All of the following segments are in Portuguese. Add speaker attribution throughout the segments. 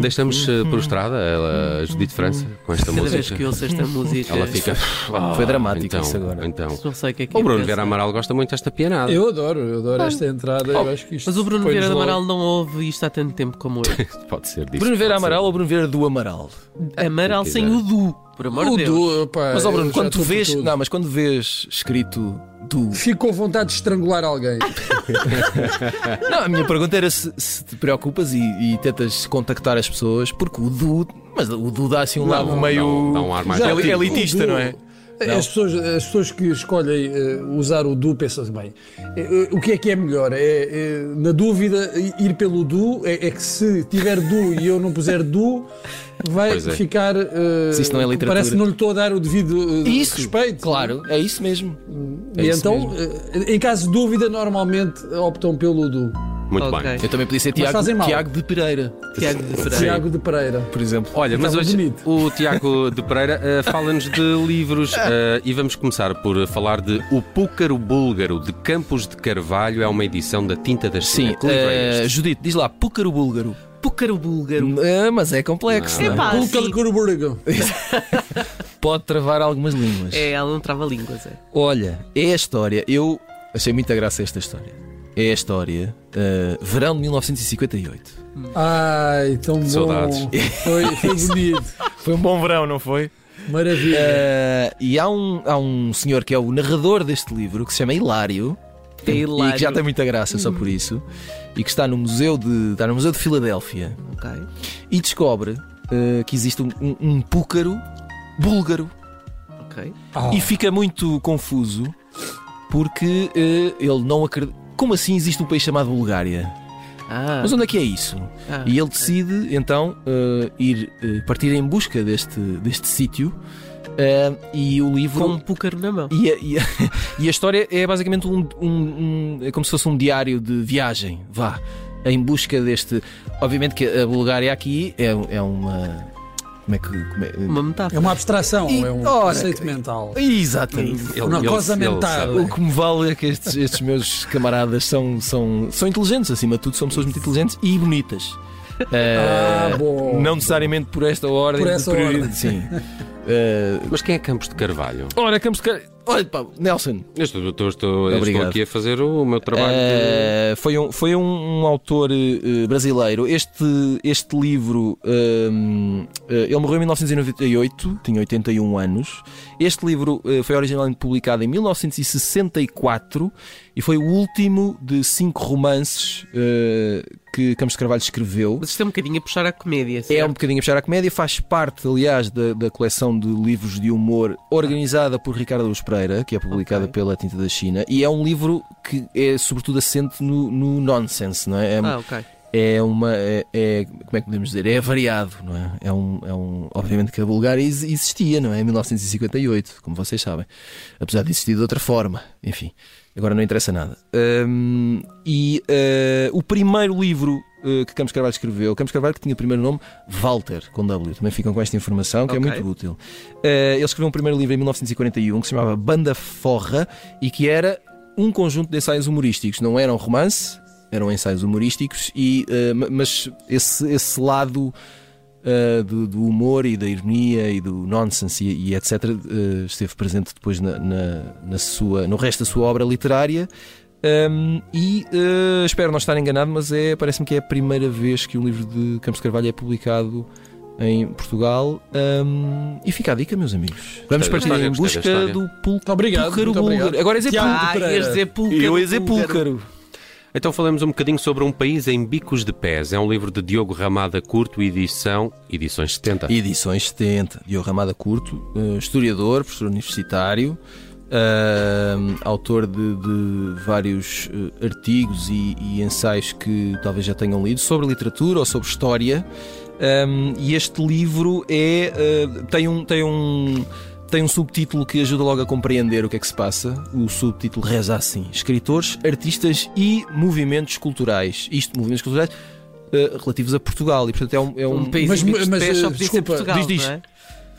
Speaker 1: Deixamos eh,
Speaker 2: Uhum.
Speaker 1: prostrada a Judite França com esta
Speaker 3: Cada vez
Speaker 1: música.
Speaker 3: que ouço esta música,
Speaker 1: Ela fica. "Ah,
Speaker 2: Foi dramático
Speaker 1: então,
Speaker 2: isso agora."
Speaker 1: Então.
Speaker 3: não sei o que é que
Speaker 1: O
Speaker 3: é
Speaker 1: Bruno
Speaker 3: pensar.
Speaker 1: Vieira Amaral gosta muito desta pianada.
Speaker 4: Eu adoro, eu adoro esta entrada. eu acho que isto
Speaker 3: Oh, Mas o Bruno
Speaker 4: põe-nos
Speaker 3: Vieira de
Speaker 4: logo-
Speaker 3: Amaral não ouve isto há tanto tempo como eu.
Speaker 1: Pode ser disso.
Speaker 2: Bruno Vieira
Speaker 1: pode ser.
Speaker 2: Amaral ou Bruno Vieira do Amaral?
Speaker 3: Amaral
Speaker 1: quem
Speaker 3: sem
Speaker 1: quiser.
Speaker 3: o Du, por amor
Speaker 4: O
Speaker 3: de Deus.
Speaker 4: Du, pá,
Speaker 2: Mas ó
Speaker 4: eu
Speaker 2: Bruno,
Speaker 4: já
Speaker 2: quando tu
Speaker 4: estou por
Speaker 2: vês.
Speaker 4: tudo.
Speaker 2: Não, mas quando vês escrito do.
Speaker 4: Fico com vontade de estrangular alguém.
Speaker 2: Não, a minha pergunta era se, se te preocupas e, e tentas contactar as pessoas, porque o Du. Mas o Du dá assim um lado meio.
Speaker 1: Dá, dá um ar mais
Speaker 4: Já
Speaker 2: Ele-
Speaker 1: altivo.
Speaker 2: ele- Ah, elitista,
Speaker 4: O Du-
Speaker 2: não é?
Speaker 4: As pessoas, as pessoas que escolhem eh, usar o Du pensam assim, bem, eh, eh, o que é que é melhor? É, eh, na dúvida, i- ir pelo Du, é, é que se tiver Du e eu não puser Du, vai
Speaker 1: Pois é.
Speaker 4: ficar. eh,
Speaker 2: Se isso não é literatura.
Speaker 4: Parece que não lhe estou a dar o devido eh,
Speaker 2: Isso,
Speaker 4: respeito.
Speaker 2: Claro, é isso mesmo. É
Speaker 4: E
Speaker 2: isso
Speaker 4: então,
Speaker 2: mesmo.
Speaker 4: eh, em caso de dúvida, normalmente optam pelo Du.
Speaker 1: Muito
Speaker 3: Ok.
Speaker 1: bem.
Speaker 2: Eu também podia ser
Speaker 4: Mas fazem
Speaker 2: Tiago,
Speaker 4: mal.
Speaker 2: Tiago de Pereira,
Speaker 3: Tiago de Pereira.
Speaker 4: Tiago de Pereira.
Speaker 2: por exemplo.
Speaker 1: Olha, mas
Speaker 4: Estava
Speaker 1: hoje
Speaker 4: bonito.
Speaker 1: o Tiago de Pereira eh, fala-nos de livros eh, e vamos começar por eh, falar de O Púcaro Búlgaro de Campos de Carvalho. É uma edição da Tinta das
Speaker 2: Sim, eh, Judite, diz lá, Púcaro Búlgaro.
Speaker 3: Púcaro búlgaro.
Speaker 2: Ah, mas é complexo.
Speaker 3: É
Speaker 2: não é?
Speaker 3: pá,
Speaker 4: Púlcaro
Speaker 3: sim.
Speaker 4: Coruburgo.
Speaker 2: Pode travar algumas línguas.
Speaker 3: É, ela não trava línguas, é.
Speaker 2: Olha, é a história. Eu achei muita graça esta história. É a história. eh, verão de 1958.
Speaker 4: Ai, tão bom.
Speaker 1: Saudades.
Speaker 4: Foi, foi bonito.
Speaker 2: Foi um bom verão, não foi?
Speaker 4: Maravilha.
Speaker 2: e há um, há um senhor que é o narrador deste livro que se chama Hilário.
Speaker 3: É
Speaker 2: E
Speaker 3: hilário.
Speaker 2: que já tem muita graça só por isso. E que está no Museu de, está no museu de Filadélfia.
Speaker 3: Ok.
Speaker 2: E descobre eh, que existe um, um, um púcaro búlgaro.
Speaker 3: Ok.
Speaker 4: Ah.
Speaker 2: E fica muito confuso porque eh, ele não acredita. Como assim existe um país chamado Bulgária?
Speaker 3: Ah,
Speaker 2: Mas onde é que é isso?
Speaker 3: ah,
Speaker 2: E ele decide então eh, ir eh, partir em busca deste, deste sítio eh, e o livro.
Speaker 3: Com um púcaro na mão.
Speaker 2: E a, e a- e a história é basicamente um, um- um- é como se fosse um diário de viagem, vá, em busca deste. Obviamente que a Bulgária aqui é, é uma. Como é que. Como é-
Speaker 3: Uma
Speaker 4: É
Speaker 3: metáfora.
Speaker 4: uma abstração,
Speaker 2: E-
Speaker 4: é um
Speaker 2: ora,
Speaker 4: conceito mental.
Speaker 2: Exatamente.
Speaker 4: Uma coisa mental.
Speaker 2: O que me vale é que estes, estes meus camaradas são, são, são inteligentes, acima de tudo, são pessoas muito inteligentes e bonitas. Eh,
Speaker 4: Ah, bom.
Speaker 2: Não necessariamente por esta ordem.
Speaker 4: Por
Speaker 2: de
Speaker 4: essa
Speaker 2: prioridade.
Speaker 4: ordem.
Speaker 2: Sim. Eh,
Speaker 1: Mas quem é Campos de Carvalho?
Speaker 2: ora, Campos de Car... Olha, pá, Nelson.
Speaker 1: Eu estou, estou- estou-
Speaker 2: Obrigado.
Speaker 1: estou aqui a fazer o meu trabalho. de-
Speaker 2: eh, foi um, foi um, um autor eh, eh, brasileiro. Este, este livro. ehm, eh, ele morreu em 1998, tinha 81 anos. Este livro eh, foi originalmente publicado em 1964 e foi o último de cinco romances eh, que Campos de Carvalho escreveu.
Speaker 3: Mas isto é um bocadinho a puxar à comédia,
Speaker 2: É
Speaker 3: certo?
Speaker 2: um bocadinho a puxar à comédia, faz parte, aliás, da, da coleção de livros de humor organizada por Ricardo Luz Pereira, que é publicada
Speaker 3: Ok.
Speaker 2: pela Tinta da China, e é um livro que é sobretudo assente no, no nonsense, não é? É,
Speaker 3: Ah, ok.
Speaker 2: é uma. É, é- como é que podemos dizer? É variado, não é? É um. É um obviamente que a Bulgária ex- existia, não é? Em 1958, como vocês sabem. Apesar de existir de outra forma, enfim. Agora não interessa nada. Hum, e eh, o primeiro livro eh, que Campos Carvalho escreveu, Campos Carvalho que tinha o primeiro nome Walter, com W. Também ficam com esta informação, que
Speaker 3: Ok.
Speaker 2: é muito útil. Eh, ele escreveu um primeiro livro em 1941 que se chamava Banda Forra e que era um conjunto de ensaios humorísticos. Não eram romance, eram ensaios humorísticos, e, eh, ma- mas esse, esse lado eh, do, do humor e da ironia e do nonsense e, e etc. eh, esteve presente depois na, na- na sua, no resto da sua obra literária. Hum, e eh, espero não estar enganado, mas é, parece-me que é a primeira vez que um livro de Campos de Carvalho é publicado em Portugal. Hum, e fica a dica, meus amigos. Vamos
Speaker 1: da
Speaker 2: partir
Speaker 1: história,
Speaker 2: em
Speaker 1: gostei da
Speaker 2: busca
Speaker 1: história.
Speaker 2: do pul-
Speaker 4: Muito obrigado,
Speaker 2: púlcaro
Speaker 4: muito obrigado.
Speaker 2: búlgaro. Agora é dizer
Speaker 4: Tiago
Speaker 2: púlgaro.
Speaker 3: Ah,
Speaker 4: Pereira.
Speaker 3: ias dizer púlcaro.
Speaker 2: Eu ia dizer
Speaker 3: búlgaro.
Speaker 2: púlcaro.
Speaker 1: Então falamos um bocadinho sobre Um País em Bicos de Pés. É um livro de Diogo Ramada Curto, edição, edições 70.
Speaker 2: Edições 70, Diogo Ramada Curto, eh, historiador, professor universitário, ah, autor de, de vários eh, artigos e, e ensaios que talvez já tenham lido sobre literatura ou sobre história. Ahm, e este livro é, eh, tem, um, tem, um, tem um subtítulo que ajuda logo a compreender o que é que se passa. O subtítulo reza assim: Escritores, artistas e movimentos culturais. Isto, movimentos culturais. eh, relativos a Portugal e portanto é um, é um-
Speaker 3: Um país
Speaker 4: Mas-
Speaker 3: em bicos de
Speaker 4: mas,
Speaker 3: pés só
Speaker 4: eh,
Speaker 3: podia ser
Speaker 4: desculpa,
Speaker 3: Portugal,
Speaker 2: diz, diz.
Speaker 3: não é?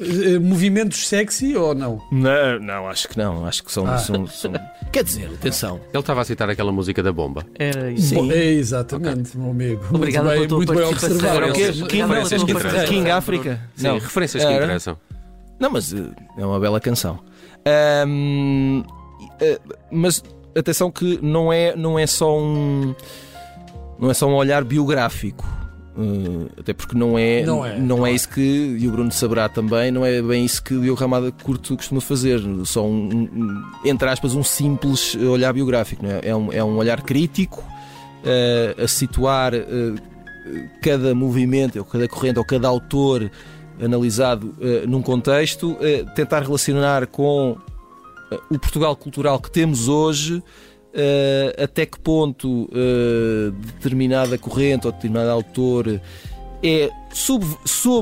Speaker 4: Eh, movimentos sexy ou não?
Speaker 2: Não, não, acho que não. Acho que são.
Speaker 4: Ah.
Speaker 2: são- são- Quer dizer, atenção.
Speaker 1: Ele estava a citar aquela música da bomba.
Speaker 3: Era isso.
Speaker 4: Bom, é exatamente, meu amigo. Muito
Speaker 3: Obrigado
Speaker 4: bem,
Speaker 3: pela tua
Speaker 4: muito bem
Speaker 3: participação.
Speaker 2: É
Speaker 4: observado.
Speaker 2: um
Speaker 1: Agora, o que-
Speaker 4: Mas-
Speaker 1: que- referências que
Speaker 2: King,
Speaker 1: interessam.
Speaker 2: King África.
Speaker 1: Sim, referências que
Speaker 2: Era.
Speaker 1: interessam.
Speaker 2: Não, mas eh, é uma bela canção. Ahm, eh, mas atenção que não é, não é só um não é só um olhar biográfico. Eh, até porque não é,
Speaker 4: Não é,
Speaker 2: isso que, e o Bruno saberá também, não é bem isso que o Diogo Ramada curto costuma fazer, só um, um- um, entre aspas, um simples eh, olhar biográfico, não é? É, um, é um olhar crítico eh, a situar eh, cada movimento, ou cada corrente, ou cada autor analisado eh, num contexto, eh, tentar relacionar com eh, o Portugal cultural que temos hoje, eh, até que ponto eh, determinada corrente ou determinado autor é sub-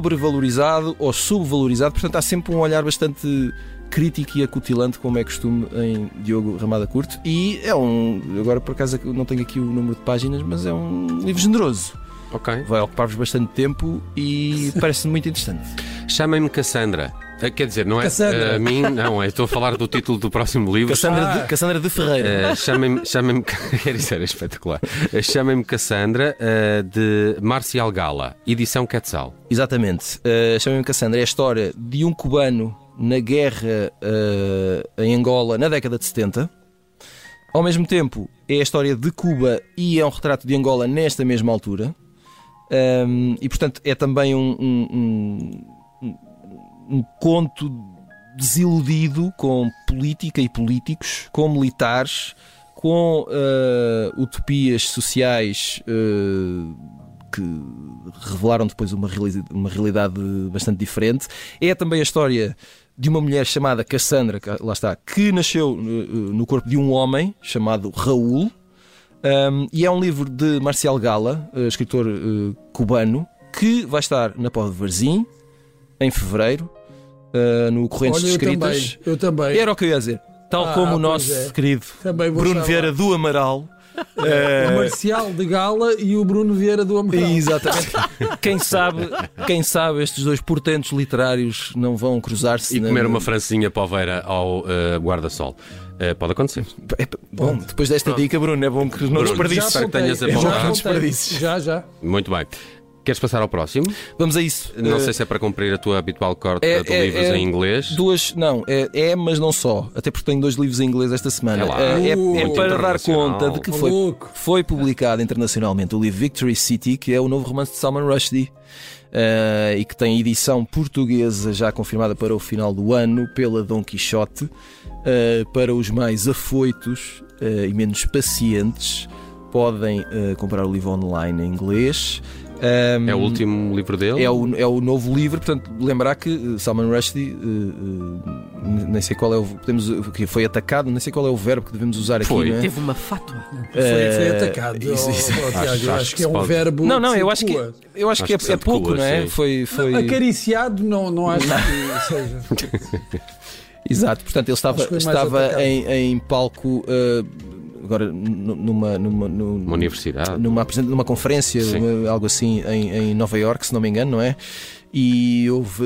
Speaker 2: sobrevalorizado ou subvalorizado, portanto há sempre um olhar bastante crítico e acutilante, como é costume em Diogo Ramada Curto, e é um, agora por acaso não tenho aqui o número de páginas, mas é um livro generoso.
Speaker 1: Ok.
Speaker 2: Vai ocupar-vos bastante tempo e parece-me muito interessante.
Speaker 1: Chamem-me Cassandra. Ah, Quer dizer, não é
Speaker 4: Cassandra.
Speaker 1: a mim, não, eu estou a falar do título do próximo livro.
Speaker 2: Cassandra,
Speaker 4: Ah.
Speaker 2: de, Cassandra de Ferreira.
Speaker 1: Eh, chamem-me, chamem-me, era isso, era espetacular. Eh, chamem-me Cassandra eh, de Marcial Gala, edição Quetzal.
Speaker 2: Exatamente. Uh, Chamem-me Cassandra. É a história de um cubano na guerra uh, em Angola na década de 70. Ao mesmo tempo, é a história de Cuba e é um retrato de Angola nesta mesma altura. Um, e portanto, é também um, um- um- um conto desiludido com política e políticos, com militares, com uh, utopias sociais. uh, que revelaram depois uma, reali- uma realidade bastante diferente. É também a história de uma mulher chamada Cassandra, que lá está, que nasceu eh, no corpo de um homem chamado Raul. Um, e é um livro de Marcial Gala, eh, escritor eh, cubano, que vai estar na Póvoa de Varzim em fevereiro, eh, no Correntes
Speaker 4: Olha,
Speaker 2: de
Speaker 4: eu
Speaker 2: Escritas.
Speaker 4: também, eu também.
Speaker 2: Era o que eu ia dizer. Tal
Speaker 4: Ah,
Speaker 2: como o
Speaker 4: pois
Speaker 2: nosso
Speaker 4: é.
Speaker 2: querido
Speaker 4: Também vou
Speaker 2: Bruno
Speaker 4: estar
Speaker 2: Vieira
Speaker 4: lá. É,
Speaker 2: do Amaral. eh,
Speaker 4: O Marcial de Gala e o Bruno Vieira do Amaral.
Speaker 2: Exatamente. quem, sabe, quem sabe estes dois portentos literários não vão cruzar-se.
Speaker 1: E
Speaker 2: na-
Speaker 1: comer uma francinha poveira ao eh, guarda-sol. Eh, pode acontecer.
Speaker 2: É, bom, depois desta dica, Bruno, é bom que não
Speaker 1: Bruno,
Speaker 2: desperdices.
Speaker 1: espero que tenhas
Speaker 4: Já
Speaker 1: apontado.
Speaker 4: apontei.
Speaker 2: desperdícios.
Speaker 4: Já, já.
Speaker 1: Muito bem. Queres passar ao próximo?
Speaker 2: Vamos a isso.
Speaker 1: Não
Speaker 2: Eh,
Speaker 1: sei se é para cumprir a tua habitual corte
Speaker 2: é-
Speaker 1: de
Speaker 2: é-
Speaker 1: livros
Speaker 2: é-
Speaker 1: em inglês.
Speaker 2: Duas, não, é, é, mas não só. Até porque tenho dois livros em inglês esta semana.
Speaker 1: É lá.
Speaker 2: Eh,
Speaker 4: Uh,
Speaker 2: é, é
Speaker 4: muito
Speaker 2: para dar
Speaker 1: internacional.
Speaker 2: conta de que foi,
Speaker 4: Maluco.
Speaker 2: foi publicado internacionalmente o livro Victory City, que é o novo romance de Salman Rushdie. eh, e que tem edição portuguesa já confirmada para o final do ano pela Dom Quixote, eh, para os mais afoitos eh, e menos pacientes, podem eh, comprar o livro online em inglês. Ahm,
Speaker 1: É o último livro dele?
Speaker 2: é o, é o novo livro, portanto, lembrar que eh, Salman Rushdie, eh, eh, n- nem sei qual é o. Podemos, que foi atacado, nem sei qual é o verbo que devemos usar aqui.
Speaker 1: Foi.
Speaker 2: não é?
Speaker 3: Teve uma fátua.
Speaker 4: Foi, foi
Speaker 2: Eh,
Speaker 4: atacado.
Speaker 2: isso,
Speaker 4: ó,
Speaker 2: isso.
Speaker 4: ó, Tiago,
Speaker 1: Acho-
Speaker 4: eu
Speaker 1: acho
Speaker 4: acho
Speaker 1: que
Speaker 4: que
Speaker 1: se
Speaker 4: é um
Speaker 1: pode-
Speaker 4: verbo.
Speaker 2: Não, não,
Speaker 4: que
Speaker 2: eu
Speaker 4: se
Speaker 2: acho que,
Speaker 4: atua.
Speaker 2: eu acho que é,
Speaker 1: Acho que
Speaker 2: é
Speaker 1: se
Speaker 2: pouco,
Speaker 1: adequa,
Speaker 2: não é?
Speaker 1: sim.
Speaker 2: Foi, foi...
Speaker 4: Acariciado, não, não acho que seja.
Speaker 2: Exato, portanto, ele estava,
Speaker 4: Acho que foi mais
Speaker 2: estava
Speaker 4: atacado.
Speaker 2: em, em palco eh, agora nu- numa, numa, nu-
Speaker 1: Uma universidade?
Speaker 2: numa, apresen- numa conferência,
Speaker 1: Sim.
Speaker 2: uma- algo assim, em, em Nova York, se não me engano, não é? E houve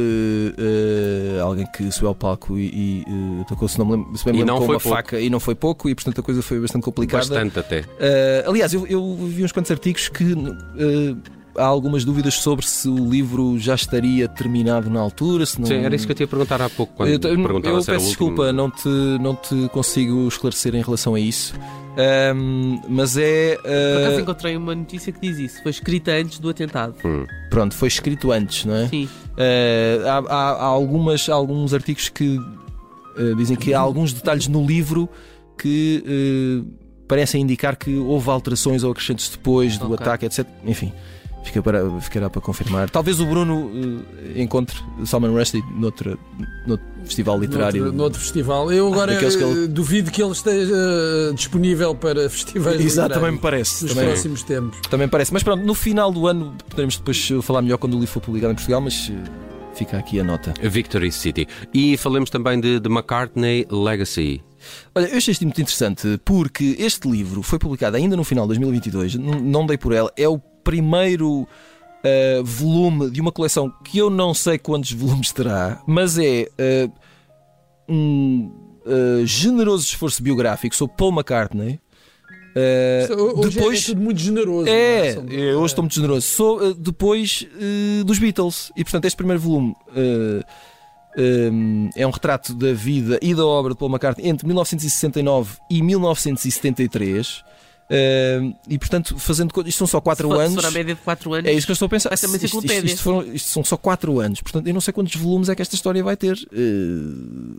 Speaker 2: eh, alguém que subiu ao palco e, e eh, atacou, se não me lembro, se bem me
Speaker 1: E
Speaker 2: lembro,
Speaker 1: não
Speaker 2: com
Speaker 1: foi
Speaker 2: uma
Speaker 1: pouco.
Speaker 2: faca e não foi pouco, e portanto a coisa foi bastante complicada.
Speaker 1: Bastante até.
Speaker 2: Eh, aliás, eu, eu vi uns quantos artigos que eh, há algumas dúvidas sobre se o livro já estaria terminado na altura, se não.
Speaker 1: Sim, era isso que eu tinha a perguntar há pouco quando
Speaker 2: eu, te-
Speaker 1: perguntava
Speaker 2: eu
Speaker 1: se era
Speaker 2: peço
Speaker 1: o último.
Speaker 2: desculpa, não te, não te consigo esclarecer em relação a isso. Ahm, mas é.
Speaker 3: Por acaso
Speaker 2: ah,
Speaker 3: encontrei uma notícia que diz isso. Foi escrita antes do atentado.
Speaker 1: Hum.
Speaker 2: pronto, foi escrito antes, não é?
Speaker 3: Sim.
Speaker 2: Ah, há há- há algumas, há alguns artigos que ah, dizem que há alguns detalhes no livro que ah, parecem indicar que houve alterações ou acrescentos depois do
Speaker 3: Ok.
Speaker 2: ataque, etc. Enfim. Fica para, ficará para confirmar. Talvez o Bruno ah, encontre Salman Rushdie noutra, noutro festival literário.
Speaker 4: Noutro, noutro festival. Eu agora
Speaker 2: Daqueles que ele-
Speaker 4: eh, duvido que ele esteja eh, disponível para festivais
Speaker 2: Exato, também me
Speaker 4: literários
Speaker 2: parece.
Speaker 4: nos
Speaker 2: Também,
Speaker 4: próximos tempos.
Speaker 2: Também parece. Mas pronto, no final do ano poderemos depois eh, falar melhor quando o livro for publicado em Portugal, mas eh, fica aqui a nota.
Speaker 1: Victory City. E falemos também de, de McCartney Legacy.
Speaker 2: Olha, eu achei isto muito interessante porque este livro foi publicado ainda no final de 2022, n- não dei por ela, é o primeiro eh, volume de uma coleção que eu não sei quantos volumes terá, mas é eh, um eh, generoso esforço biográfico sobre Paul McCartney. Eh,
Speaker 4: Hoje é-
Speaker 2: depois
Speaker 4: é tudo muito generoso.
Speaker 2: é,
Speaker 4: não
Speaker 2: eu hoje estou muito generoso. Sou eh, depois eh, dos Beatles. E portanto, este primeiro volume eh, eh, é um retrato da vida e da obra de Paul McCartney entre 1969 e 1973. Eh, e portanto, fazendo conta- isto são só 4
Speaker 3: se for, se
Speaker 2: anos.
Speaker 3: for a média de 4 anos.
Speaker 2: É isso que eu estou a pensar.
Speaker 3: Vai ser uma
Speaker 2: Isto- isto,
Speaker 3: enciclopédia.
Speaker 2: isto foram- isto são só 4 anos, portanto, eu não sei quantos volumes é que esta história vai ter, eh,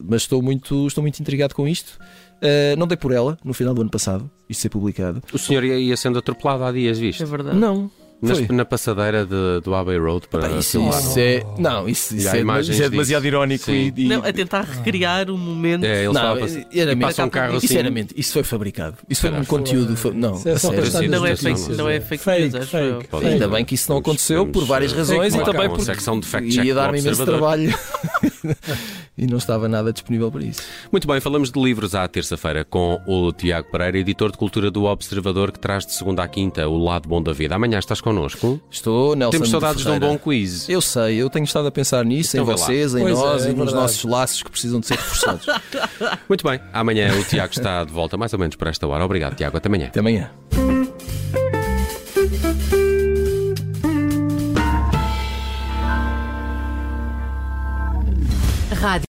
Speaker 2: mas estou muito, estou muito intrigado com isto. Eh, não dei por ela no final do ano passado, isto ser publicado.
Speaker 1: O senhor ia, ia sendo atropelado há dias,
Speaker 3: É
Speaker 1: viste?
Speaker 3: verdade.
Speaker 2: Não,
Speaker 1: Na,
Speaker 2: foi.
Speaker 1: na passadeira de- do Abbey Road para
Speaker 2: Pá, isso,
Speaker 1: filmar.
Speaker 2: isso é. Não, isso,
Speaker 1: Ah, E
Speaker 2: isso
Speaker 1: há
Speaker 2: é,
Speaker 1: imagens
Speaker 2: já é demasiado
Speaker 1: disso.
Speaker 2: irónico
Speaker 1: Sim.
Speaker 2: e. e-
Speaker 3: Não, a tentar recriar o momento.
Speaker 1: É, ele
Speaker 2: Não,
Speaker 1: estava a passar.
Speaker 2: era
Speaker 1: E
Speaker 2: mesmo.
Speaker 1: passa um carro assim.
Speaker 2: Sinceramente, isso foi fabricado. Isso foi um
Speaker 1: Caraca.
Speaker 2: conteúdo. fa- Não,
Speaker 4: Isso é
Speaker 2: a
Speaker 4: só
Speaker 2: sério.
Speaker 4: gastar
Speaker 1: Sim,
Speaker 3: não, é
Speaker 1: sim,
Speaker 3: fake,
Speaker 1: sim.
Speaker 3: não é fake,
Speaker 4: Fake,
Speaker 3: news, acho
Speaker 4: fake.
Speaker 3: eu.
Speaker 1: Pode-
Speaker 2: Ainda bem que isso não aconteceu por várias razões e
Speaker 1: colocar
Speaker 2: também
Speaker 1: uma
Speaker 2: porque
Speaker 1: secção de fact-check
Speaker 2: ia
Speaker 1: do
Speaker 2: dar-me imenso
Speaker 1: Observador.
Speaker 2: trabalho e não estava nada disponível para isso.
Speaker 1: Muito bem, falamos de livros à terça-feira com o Tiago Pereira, editor de cultura do Observador, que traz de segunda à quinta o lado bom da vida. Amanhã estás connosco.
Speaker 2: Estou, Nelson.
Speaker 1: Temos
Speaker 2: de
Speaker 1: saudades de um
Speaker 2: Ferreira.
Speaker 1: bom quiz.
Speaker 2: Eu sei, eu tenho estado a pensar nisso,
Speaker 1: Então
Speaker 2: em
Speaker 1: vá lá.
Speaker 2: vocês, em
Speaker 4: Pois é,
Speaker 2: nós
Speaker 4: é
Speaker 2: e nos
Speaker 4: verdade.
Speaker 2: nossos laços que precisam de ser reforçados.
Speaker 1: Muito bem, amanhã o Tiago está de volta, mais ou menos por esta hora. Obrigado, Tiago. Até amanhã.
Speaker 2: Até amanhã.
Speaker 5: Rádio.